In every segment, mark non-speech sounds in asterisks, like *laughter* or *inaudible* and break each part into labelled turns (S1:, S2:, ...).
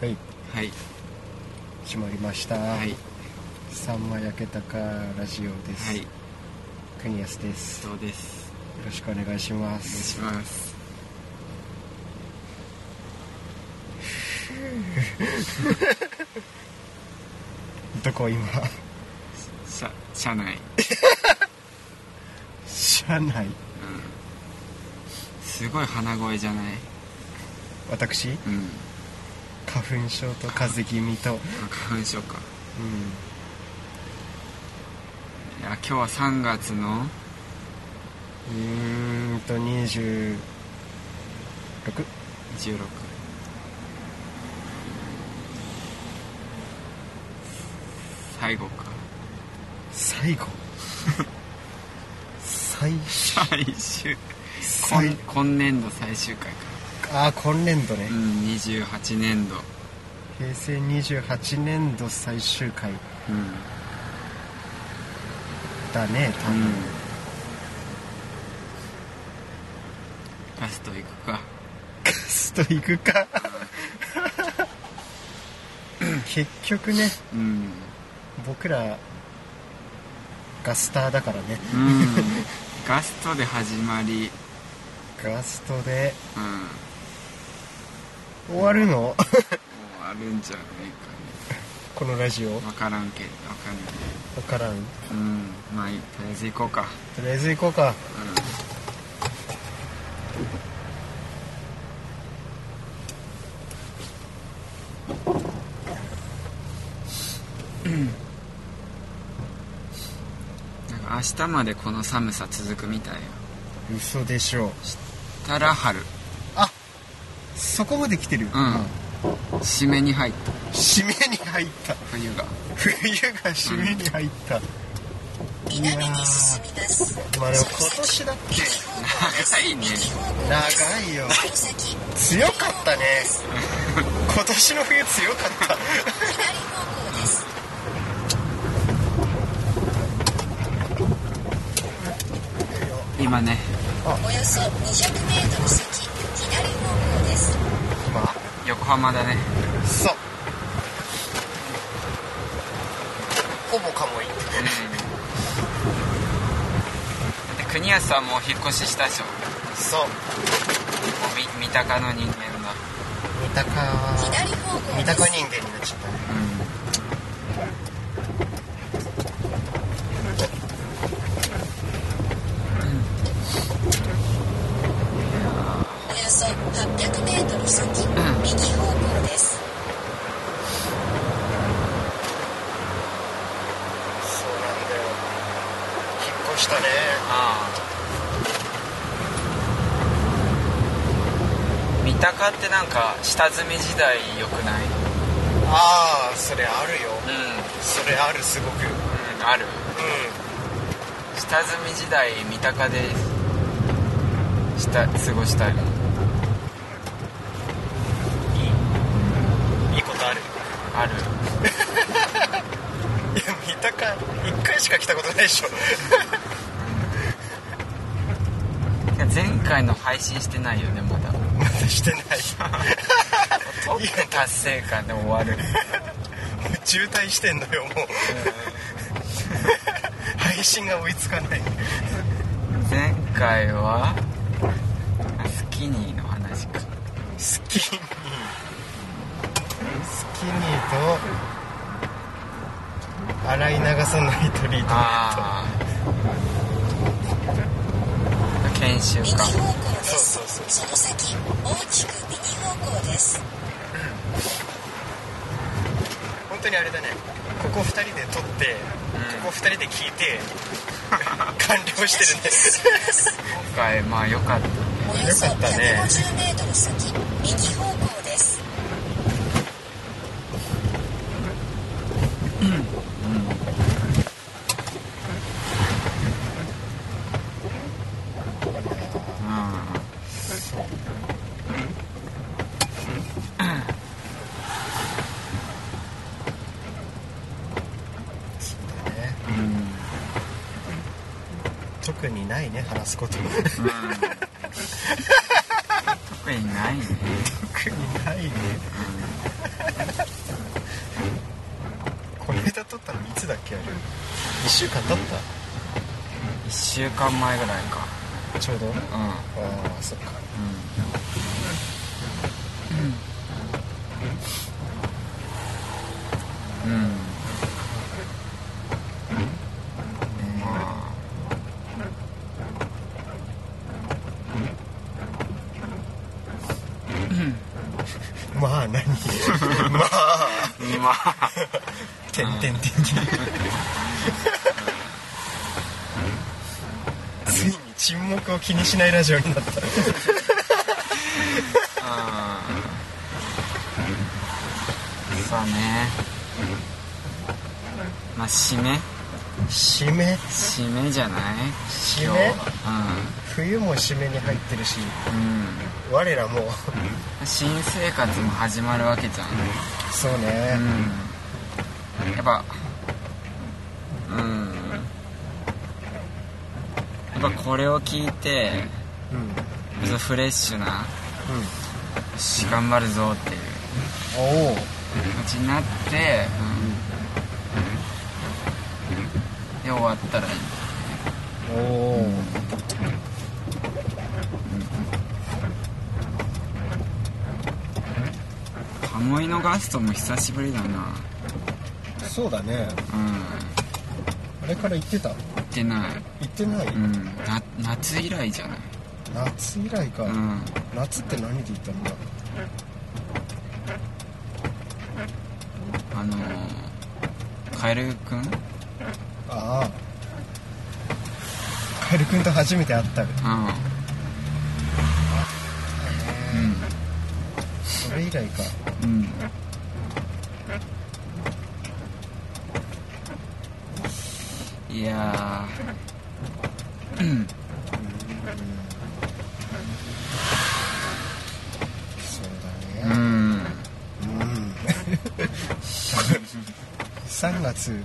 S1: はい
S2: はい
S1: 閉まりました、
S2: はい
S1: さんま焼けたかラジオです、
S2: はい
S1: 国安ですよ
S2: そうです
S1: ろしくお願いしま
S2: お願いし
S1: す
S2: ます
S1: どこ今
S2: 車車内
S1: 車内
S2: すごい鼻声じゃない
S1: 私
S2: うん
S1: 花粉症と風邪気味とうん
S2: あ花粉症かいや今日は3月の
S1: うーんと 26?
S2: 16最後か
S1: 最後最初
S2: 最終こ
S1: *laughs* 最
S2: ん今年度最終回か
S1: ああ今年度ね、
S2: うん28年度
S1: 平成28年度最終回
S2: うん、
S1: だね多分、
S2: ラスト行くか
S1: ガスト行くか結局ね
S2: うん
S1: 僕らガスターだからね
S2: うんガストで始まり
S1: ガストで
S2: うん
S1: 終
S2: も
S1: わるの
S2: うあるんじゃない
S1: このラジオわ
S2: かね分からんけど分かん
S1: から
S2: ない
S1: ん
S2: うんまあとりあえず行こうか
S1: とりあえず行こうか
S2: なんか明日までこの寒さ続くみたいよ
S1: 嘘でしょ
S2: たら春
S1: そこまで来てる、あ
S2: 締めに入った
S1: 締めに入った
S2: 冬が
S1: 冬が締めに入った、いやー
S3: みます。
S1: まあでも今年だっけ
S2: 長いね
S1: 長いよ
S3: お先、
S1: 強かったね今年の冬強かった
S3: 左方向です。
S2: 今ね
S3: およそ200メートル先、左方向です。
S1: まあ
S2: 横浜だね
S1: そうほぼかもい
S2: で国安はもう引っ越ししたでしょも
S1: そう
S2: うみ三鷹の人間だ
S1: 三鷹
S3: 左方向
S1: 三
S3: です。
S1: 鷹人間になっちゃったね
S3: およそ800メートル先、右方向です。
S1: そうなんだよ引っ越したね
S2: ああ三鷹ってなんか下積み時代良くない
S1: ああそれあるよ
S2: う
S1: それあるすごくうん
S2: ん、ある下積み時代三鷹でした過ごしたい
S1: いいことある
S2: ある
S1: いや三鷹1回しか来たことないでしょ
S2: いや前回の配信してないよねまだ
S1: まだして *laughs* ない
S2: とって達成感で終わる
S1: 渋滞してんのよもう *laughs* 配信が追いつかない
S2: 前回はあスキニーの話か
S1: スキニースキニーと洗い流さないトリートメント
S2: ああ研修
S3: 右
S2: か
S3: 方向で
S1: そ
S3: す
S1: う。そう
S3: その先、大きく右方向です。
S1: 本当にあれだねここ2人で撮って、ここ2人で聞い *laughs* て完了してるね *laughs*
S2: 今回まあ良かった
S3: およそ
S1: よかったね
S3: 150メートル先、右方向です。
S1: 特にないね話すこと
S2: 特にないね
S1: 特にないねこの間撮ったのいつだっけあれ1週間経っ
S2: 1週間前ぐらいか
S1: たちょうど
S2: うん
S1: ああそっか
S2: うんうんま
S1: まあ何まあ
S2: あまあ
S1: てんてんてんてんついに沈黙を気にしないラジオになった
S2: そうねまあ締め
S1: 締め
S2: 締めじゃない
S1: 締め
S2: 今日は
S1: 冬も締めに入ってるし
S2: うんうん
S1: 我らも
S2: 新生活も始まるわけじゃん
S1: そうね、
S2: やっぱうんやっぱこれを聞いて
S1: うん、うん
S2: ちょっとフレッシュなよし頑張るぞっていう
S1: おお
S2: 気持ちになって、うん、で終わったらいい
S1: おお
S2: 鴨居のガストも久しぶりだな
S1: そうだねあ
S2: うん
S1: れから行ってた行
S2: 行ってない
S1: ってない、
S2: うんな夏以来じゃない
S1: 夏以来か、
S2: うん
S1: 夏って何で行ったんだ
S2: あのー、カエルくんうん
S1: ああカエル君と初めて会ったそれ以来か
S2: うんいや
S1: そう
S2: ー
S1: だ
S2: う
S1: ね
S2: ん
S1: うん、3月、うん、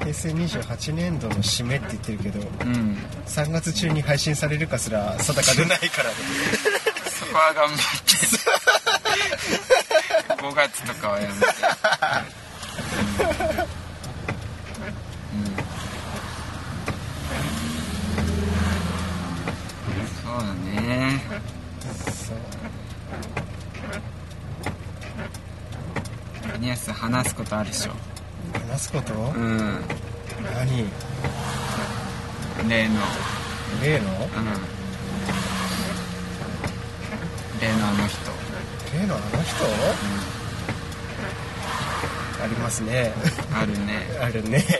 S1: 平成28年度の締めって言ってるけど
S2: うん
S1: 3月中に配信されるかすら定かでないからね
S2: そこは頑張って5月とかはやめてうん、うんそうだね
S1: そう
S2: ニュース話すことあるでしょ
S1: 話すこと、
S2: うん
S1: 何
S2: 例の
S1: 例の
S2: うん例のあの人
S1: 例のあの人、ありますね
S2: あるね
S1: *laughs* あるね
S2: そ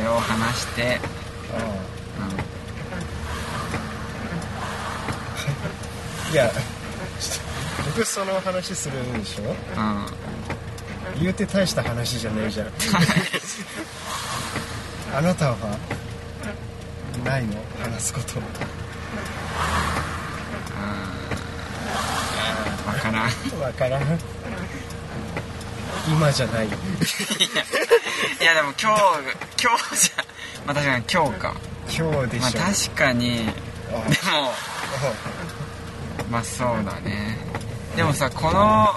S2: れを話して、
S1: あ
S2: う
S1: あいやちょっと僕その話するでしょ
S2: んうん
S1: 言うて大した話じゃないじゃんあなたはないの話すこと
S2: わからん
S1: わからん今じゃない
S2: いやでも今日今日じゃまあ確かに今日か
S1: 今日で
S2: まあ
S1: しょ、
S2: 確かにで
S1: あ
S2: も
S1: あ
S2: まあそうだねでもさこのなん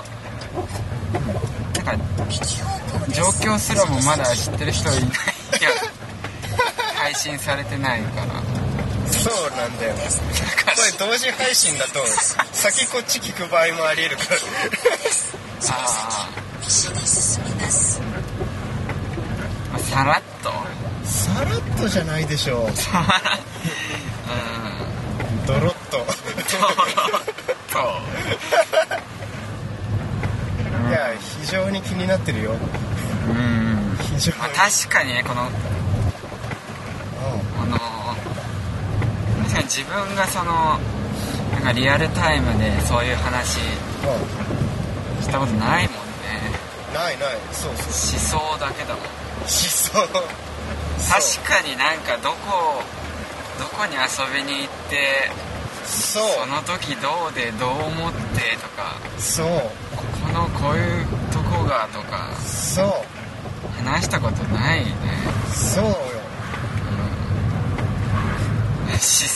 S2: か
S3: 右方向です
S2: 状況すらもまだ知ってる人いないいや配信されてないから
S1: そうなんだよこれ同時配信だと先こっち聞く場合もありえるから
S2: あ
S3: 西に進みます
S2: ー、まあ、さらっと *laughs*
S1: さらっとじゃないでしょドロッと
S2: そう
S1: いや非常に気になってるよ
S2: うん
S1: 非常に
S2: まあ確かにねこ
S1: う
S2: のあの確かに自分がそのなんかリアルタイムでそういう話
S1: んうん
S2: したことないもんね
S1: ないないそうそう
S2: 思想だけだもん
S1: しそう
S2: 確かになんかどこどこに遊びに行って
S1: そう
S2: その時どうでどう思ってとか
S1: そう
S2: ここのこういうとこがとか
S1: そう
S2: 話したことないね *laughs*
S1: そうよ
S2: 思想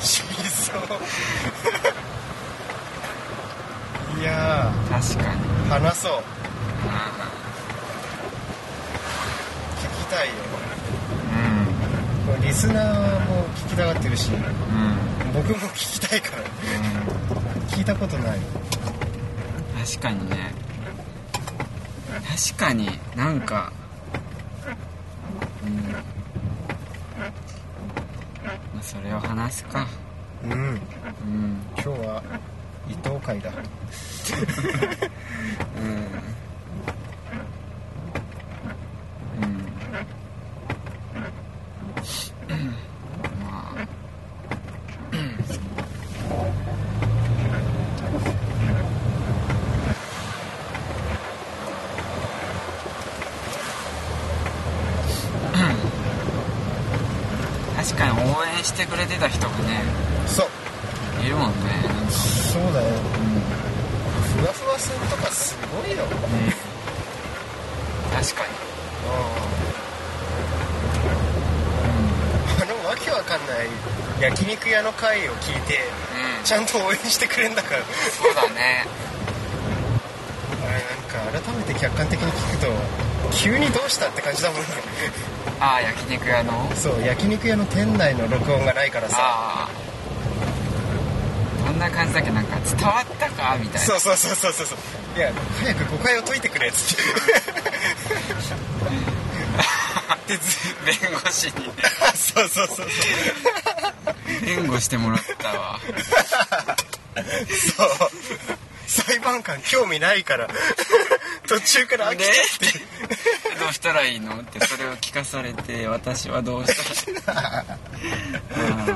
S1: しそいや
S2: 確かに
S1: ー話そう聞きたいよ
S2: う
S1: これリスナーも聞きたがってるし
S2: んうん、うん、
S1: 僕も聞きたいから聞いたことない
S2: 確かにね確かになんか、うんまあ、それを話すか
S1: うん
S2: うん
S1: 今日は伊藤会だ
S2: うんまあ確かに応援してくれてた人がね
S1: そう
S2: いるもんねなんか
S1: そうだよふわふわさんとかすごいよ
S2: 確かに
S1: あのわけわかんない焼肉屋の会を聞いて
S2: うん
S1: ちゃんと応援してくれんだから
S2: そうだね
S1: あれなんか改めて客観的に聞くと急にどうしたって感じだもんね
S2: ああ焼肉屋の
S1: そう焼肉屋の店内の録音がないからさ
S2: ああどんな感じだっけなんか伝わったかみたいな
S1: そうそうそうそうそういや早く誤解を解いてくれっつって
S2: でず弁護士に
S1: *laughs* そうそうそうそう
S2: 弁護してもらったわ
S1: そう裁判官興味ないから *laughs* 途中から飽き
S2: で
S1: ちゃって
S2: どうしたらいいのってそれを聞かされて私はどうしたらうん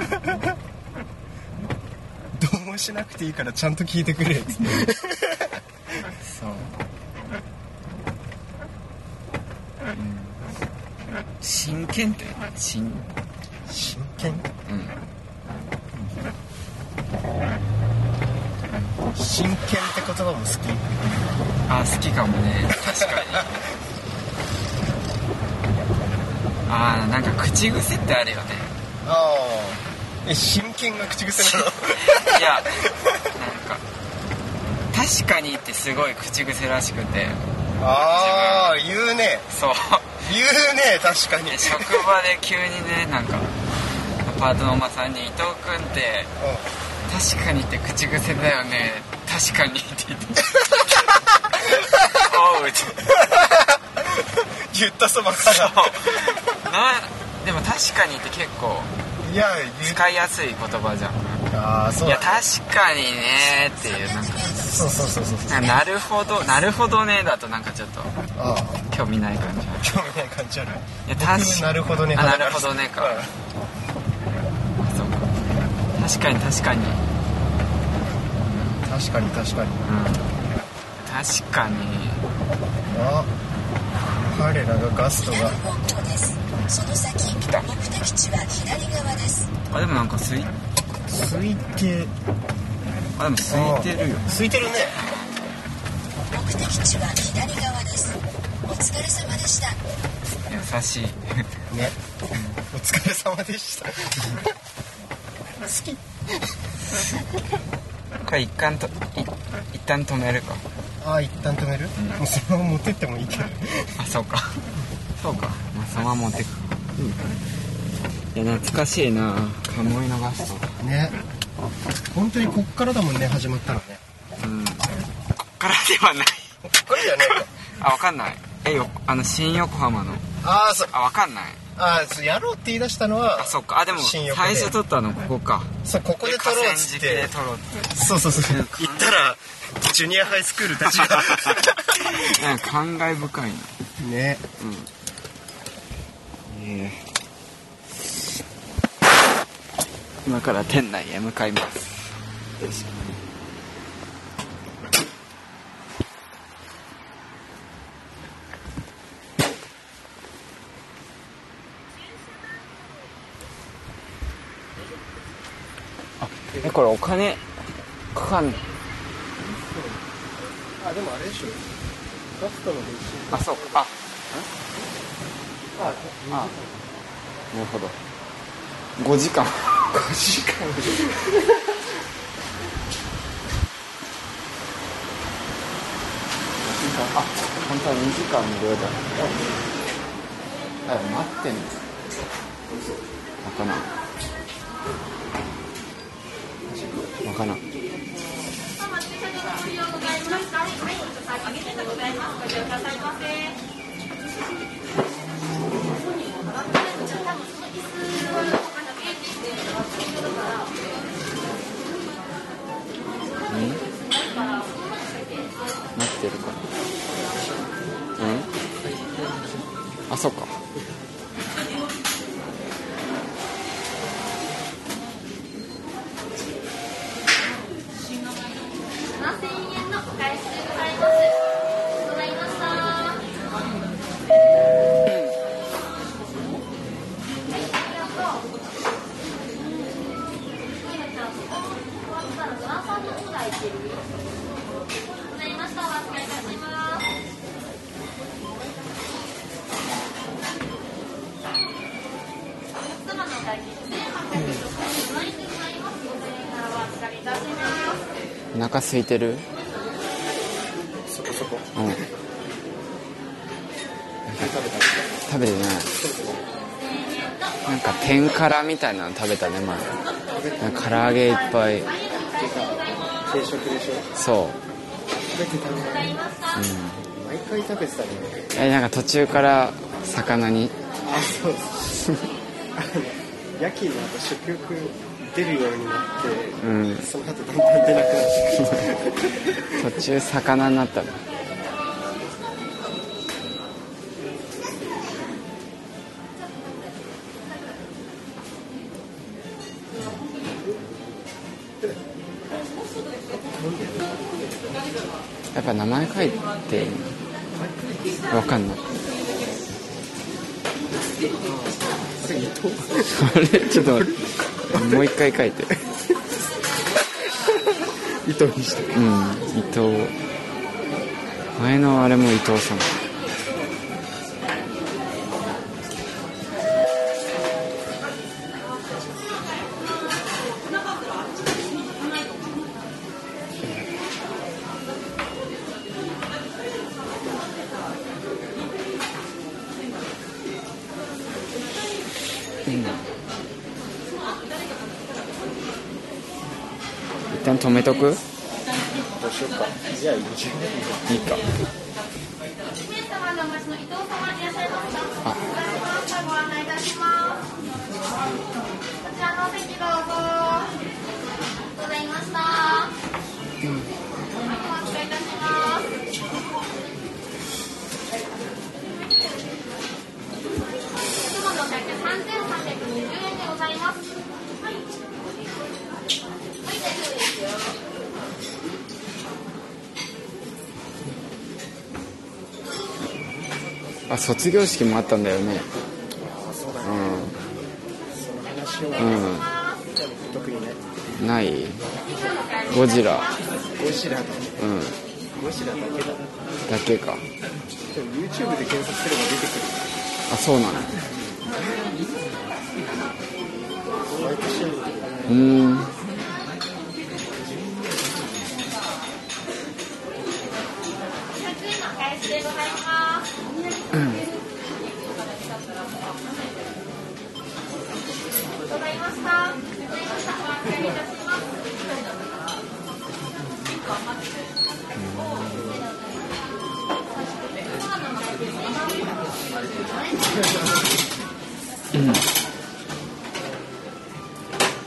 S1: どうもしなくていいからちゃんと聞いてくれっつって
S2: そう、うん、真剣って真
S1: 真剣真剣って言葉も好き
S2: あ好きかもね確かにああなんか口癖ってあるよね
S1: ああえ真剣が口癖なの
S2: いやなんか「確かに」ってすごい口癖らしくて
S1: *laughs* ああ言うね
S2: そう
S1: 言うね確かに
S2: で職場で急にねなんかアパートのおばさんに「伊藤君って確かにって口癖だよね確かに」って
S1: *laughs*
S2: 言って「おう」って
S1: うん言ったそばから
S2: なでも「確かに」って結構
S1: いや
S2: 使いやすい言葉じゃん「
S1: 言ああそ
S2: いうや
S1: だ
S2: 確かにね」っていうなんか
S1: そうそうそうそう
S2: 「なるほどなるほどね」だとなんかちょっと
S1: ああ
S2: 興味ない感じ
S1: 興味ない感じある
S2: いや確
S1: なるほどね
S2: あなるほどねかそうか確かに確かに、うん、
S1: 確かに確かに
S2: 確かに
S1: あ彼らがガスト
S3: 左
S1: が
S3: 方向ですその先目的
S2: た
S3: 地は左側です
S2: あでもなんかすい
S1: 空いて
S2: あでも空いてるよ
S1: 空いてるね
S3: 目的地は左側ですお疲れ様でした
S2: 優しい *laughs*
S1: ねお疲れ様でした
S2: これ一旦とい一旦止めるか
S1: ああ一旦止める、もうそのまま持ってってもいいけど
S2: あそうかそうか、まあ、そのまま持ってくいや懐かしいなカモイのガスト
S1: ね本当にこっからだもんね始まったのね
S2: うんこっからではない
S1: こっからじゃねえか
S2: あわかんないえよあの新横浜の
S1: ああそう
S2: あわかんない
S1: ああそうやろうって言い出したのは
S2: あそっかあでも
S1: 新
S2: 最
S1: 横で
S2: 初撮ったのここか
S1: そうここで撮ろうっつっ
S2: 河川
S1: て
S2: 敷で撮ろうって
S1: そうそうそう
S2: うん
S1: 行ったらジュニアハイスクールたちが
S2: なんか感慨深い
S1: *laughs*
S2: な
S1: ね
S2: 今から店内へ向かいますあえこれお金かかん
S1: あでもあれでしょガストの電子
S2: あそうかあ
S1: あ
S2: なるほど5時間
S1: 5時間
S2: あ本当は2時間無料だあ待ってんのわからんわからんうんなってるかなうんあそうか
S4: 円のお返しでございます。ございました。
S2: お腹空いてる
S1: そこそこ
S2: うん食べてないなんか天からみたいなの食べたね前なんか唐揚げいっぱい
S1: 定食でしょ
S2: そ
S1: 食べてたね毎回食べてたね
S2: うえなんか途中から魚に
S1: あそう *laughs* です夜勤の後食欲出るようになって、
S2: うん
S1: その後だんだん出なくなって
S2: 途中魚になったのやっぱ名前書いてわかんない *laughs* あれちょっと待ってもう一回書いて
S1: 糸にして
S2: うん伊藤前のあれも伊藤さんうん一旦止めとく
S1: どうしようかじゃあ一応
S2: いいかあ卒業式もあったんだよね
S1: 話を
S2: う
S1: 特にね
S2: んないゴジラ
S1: ゴジラだね
S2: うん
S1: ゴジラだけだね
S2: だけ
S1: で
S2: か
S1: も YouTube で検索すれば出てく
S2: あそうなの
S1: る毎年見てる
S2: うーん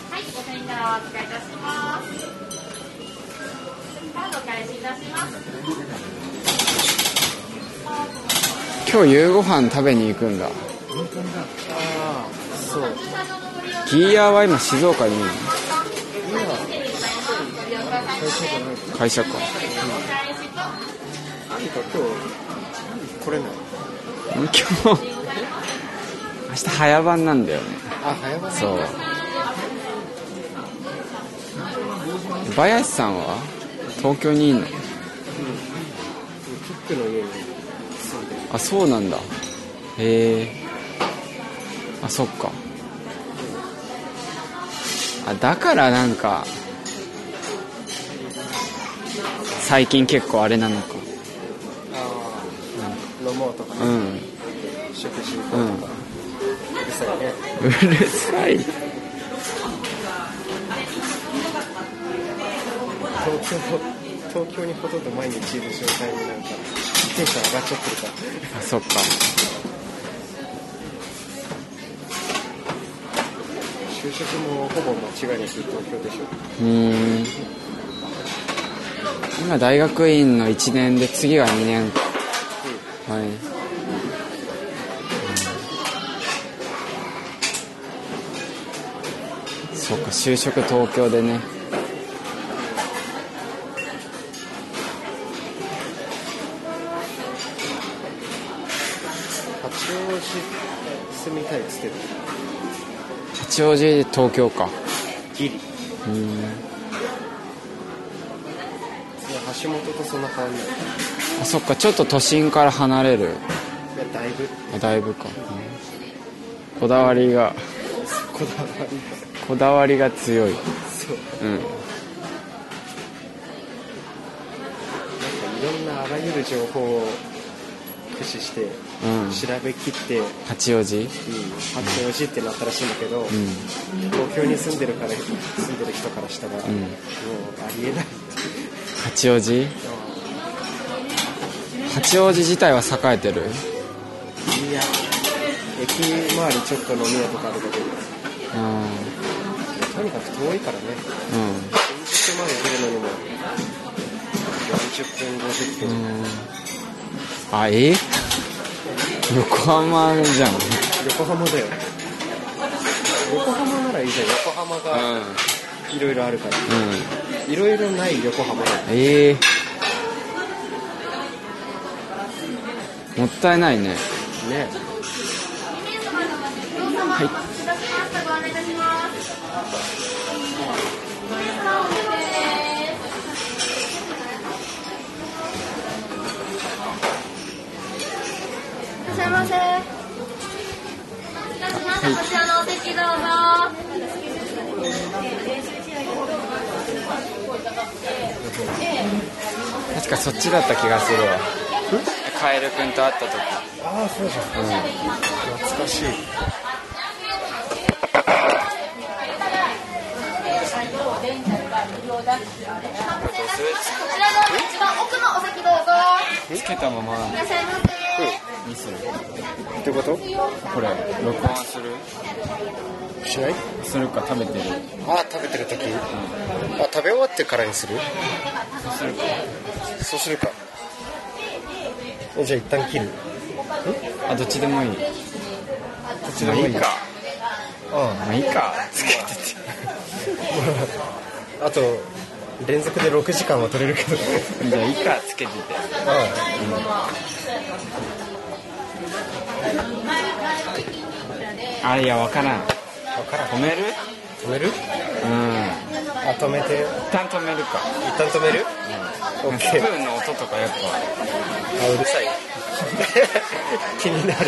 S4: はい、ご店員からお預かりいたします。カード開始いたします。
S2: 今日夕ご飯食べに行くんだ
S1: ああそう
S2: ギーヤーは今静岡にいるの
S1: 最初じゃないか
S2: 会社か
S1: あんた今日来れない
S2: うん今日明日早番なんだよね
S1: あ早場
S2: そう林さんは東京にいんの
S1: キックの家に住んでる
S2: あそうなんだへえあそっかあだからなんか最近結構あれなのか
S1: ああ飲もうとか
S2: う
S1: ね
S2: ん
S1: 食事行こうとかうるさいね
S2: うるさい
S1: 東京東京にほとんど毎日いる状態になんかテンション上がっちゃってるから
S2: あそっか
S1: 就職もほぼ間違いなく東京でしょ
S2: うーん今大学院の1年で次は2年はいうんそうか就職東京でね
S1: 八王子住みたいっつってる
S2: 八王子東京か
S1: ギリいや
S2: うん
S1: 橋本とそんな変わんないい
S2: あそっかちょっと都心から離れる
S1: やだいぶ
S2: あだいぶか、うんこだわりが
S1: こだわり
S2: こだわりが強い
S1: そう
S2: うん
S1: いろんなあらゆる情報を駆使して
S2: うん
S1: 調べきって、うん、
S2: 八王子
S1: 八王子ってなったらしいんだけど、
S2: うん
S1: 東京に住んでるから住んでる人からしたら、
S2: ん
S1: もうありえないっていう
S2: 八王子八王子自体は栄えてる
S1: いや駅周りちょっと飲み屋とかあるけど
S2: うんうん
S1: とにかく遠いからね新宿まで出るのにも40分50分、
S2: あえ横浜じゃん
S1: 横浜だよ横浜ならいいじゃん横浜が
S2: うん
S1: いろいろあるから
S2: うん
S1: いろいろない横浜だよ
S2: ええもったいないね
S1: ね
S2: はい
S4: いらっしゃいませ。皆さんこちらのお席どうぞ。
S2: 確かそっちだった気がするわカエル君と会った時
S1: ああそうじゃん、懐かしい
S4: こちらの一番奥のお席どうぞ。
S2: つけたまま
S4: いらっしゃいませ。
S2: にする
S1: ってこと
S2: これ録音する
S1: しない
S2: するか食べてる
S1: ああ食べてる時、あ食べ終わってからにする
S2: そ
S1: そう
S2: うするか
S1: するかえじゃあ一旦切る
S2: あどっちでもいいこっちでもいいか
S1: あ
S2: まあいいか
S1: ああと連続で6時間は取れるけど
S2: じゃあいいかつけてて
S1: あ
S2: あいやわからん止める
S1: あ止める
S2: うん
S1: あ止めて
S2: 一旦止めるか
S1: 一旦止めるオッ
S2: ス
S1: ケ
S2: プ
S1: *laughs* ー
S2: ーンの音とかやっぱ
S1: あうるさい気になる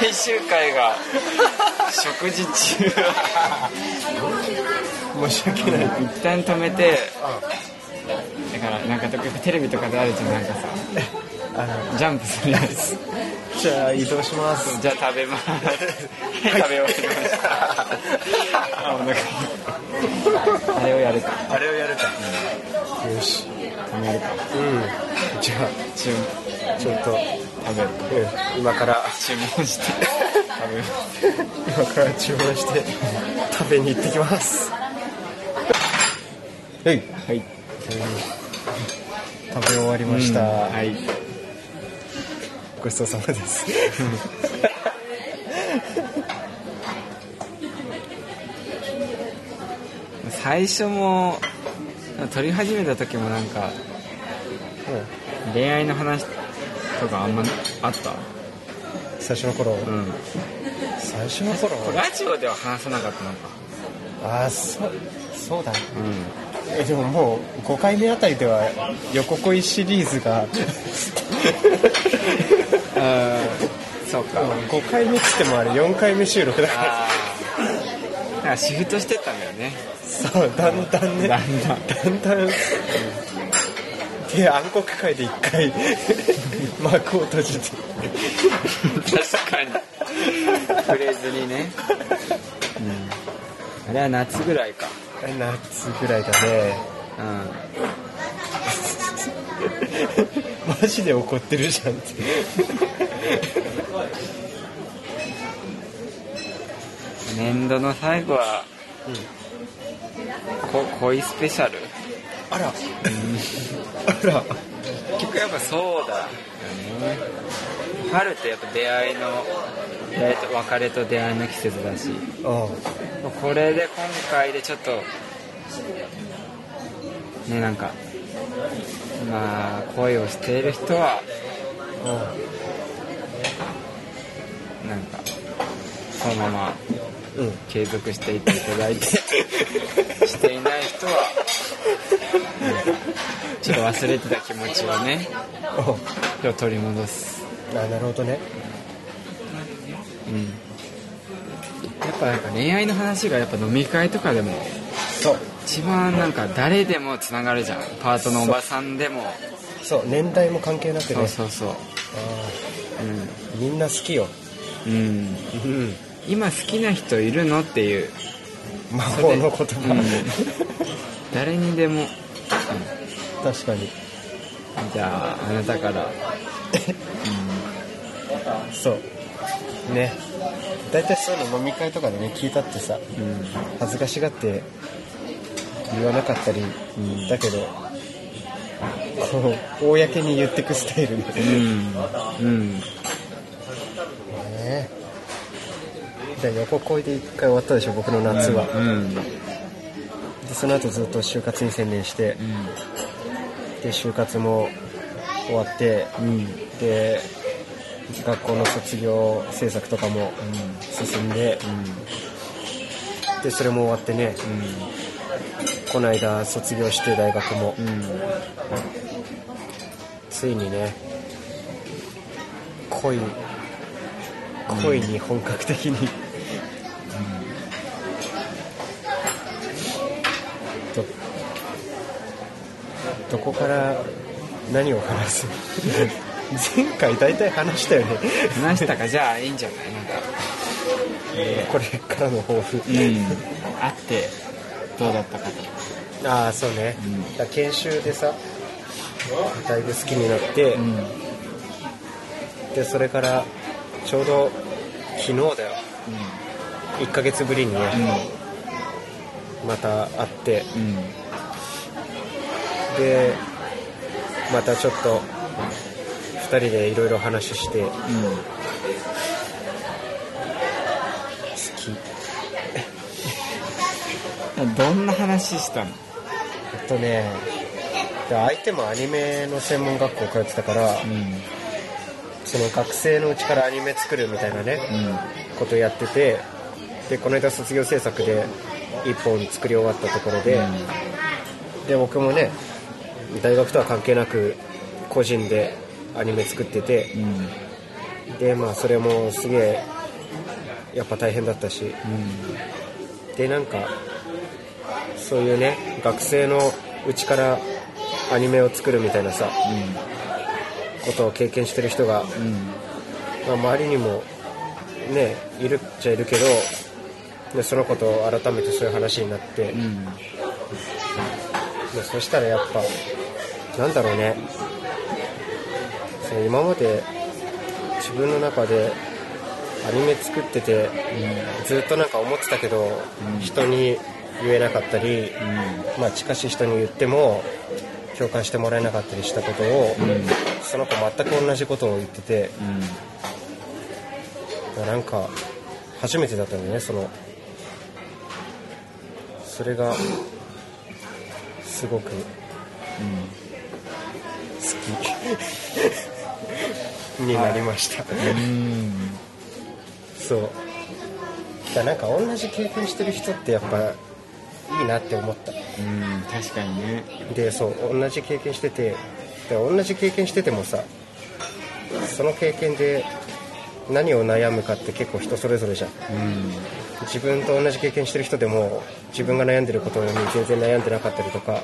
S2: 最終回が食事中
S1: *laughs* 申し訳ない
S2: 一旦止めてだからなんかとかテレビとかであるじゃんなんかさ
S1: *laughs* あの
S2: ジャンプするや
S1: *laughs*
S2: つ
S1: じゃあ移動します
S2: じゃあ食
S1: *laughs*
S2: べます。食べ終わりました。あ、お腹いっぱい。あれをやるか。
S1: あれをやるか、よし
S2: 止めるか。
S1: うんじゃ
S2: 注
S1: あちょっと、
S2: 食べる。
S1: うん、今から
S2: 注文して。食べる。
S1: 今から注文して食べに行ってきますはい
S2: はい。
S1: 食べ終わりました、
S2: はい。
S1: ごちそうさまです
S2: 最初も、撮り始めた時もなんか、恋愛の話とかあんまあった
S1: 最初の頃、
S2: うん。
S1: 最初の頃
S2: ラジオでは話さなかったのか。
S1: ああそうそうだね
S2: うん。
S1: えでももう5回目あたりでは横恋シリーズが
S2: そうか。
S1: 5回目っつってもあれ4回目収録だから
S2: あだからシフトしてったんだよ *laughs* ね
S1: そうだんだんね
S2: だんだん
S1: だんだんで暗黒界で一回幕を閉じて
S2: 確かに触れずにね、うん、あれは夏ぐらいか
S1: 夏ぐらいだね
S2: うん
S1: マジで怒ってるじゃんって
S2: 年度の最後は、こ恋スペシャル
S1: あらあら
S2: 結局やっぱそうだよね春ってやっぱ出会いの出会いと別れと出会いの季節だし
S1: う
S2: これで今回でちょっとねなんかまあ恋をしている人は
S1: んうん
S2: なんかそのまま
S1: うん
S2: 継続していっていただいてしていない人は、うんちょっと忘れてた気持ちをね今日取り戻す
S1: あなるほどね
S2: うんやっぱなんか恋愛の話がやっぱ飲み会とかでも
S1: そう
S2: 一番なんか誰でもつながるじゃんパートのおばさんでも
S1: そう年代も関係なくて
S2: そう
S1: ね
S2: そうそう
S1: みんな好きよ
S2: うん、うん、
S1: うん
S2: 今好きな人いるのっていう
S1: 魔法の言葉、
S2: 誰にでも
S1: 確かに
S2: じゃああなたから
S1: そうね大体そういうの飲み会とかでね聞いたってさ
S2: うん
S1: 恥ずかしがって言わなかったり、
S2: ん
S1: だけどこう公に言ってくスタイルね
S2: うん、うん、
S1: ねじゃあ横恋で一回終わったでしょ僕の夏は、
S2: うん
S1: でその後ずっと就活に専念してで就活も終わって
S2: うん
S1: で学校の卒業制作とかも進んで、でそれも終わってね、この間卒業して大学も、ついにね恋恋に本格的に、どどこから何を話す前回大体話したよね
S2: 話したかじゃあいいんじゃないなんか
S1: これからの抱負、
S2: 会ってどうだったかと
S1: ああそうね、だから研修でさだいぶ好きになって、でそれからちょうど昨日だよ、1ヶ月ぶりにね、また会って
S2: うん
S1: でまたちょっと2人でいろいろ話して好き
S2: うん *laughs* どんな話したの
S1: えっとねで相手もアニメの専門学校通ってたから、その学生のうちからアニメ作るみたいなね、ことやっててでこの間卒業制作で1本作り終わったところで、で僕もね大学とは関係なく個人でアニメ作ってて、でまあそれもすげえやっぱ大変だったし、でなんかそういうね学生のうちからアニメを作るみたいなさ、ことを経験してる人が、まあ、周りにもねいるっちゃいるけどでそのことを改めてそういう話になって、でそしたらやっぱなんだろうねその今まで自分の中でアニメ作ってて、ずっとなんか思ってたけど、人に言えなかったり、まあ、近しい人に言っても共感してもらえなかったりしたことを、その子全く同じことを言ってて、まあなんか初めてだったんだよねそのそれがすごく、好き *laughs* になりました、そうだからなんか同じ経験してる人ってやっぱいいなって思った
S2: うん確かにね
S1: でそう同じ経験しててで同じ経験しててもさその経験で何を悩むかって結構人それぞれじゃん、自分と同じ経験してる人でも自分が悩んでることに全然悩んでなかったりとか、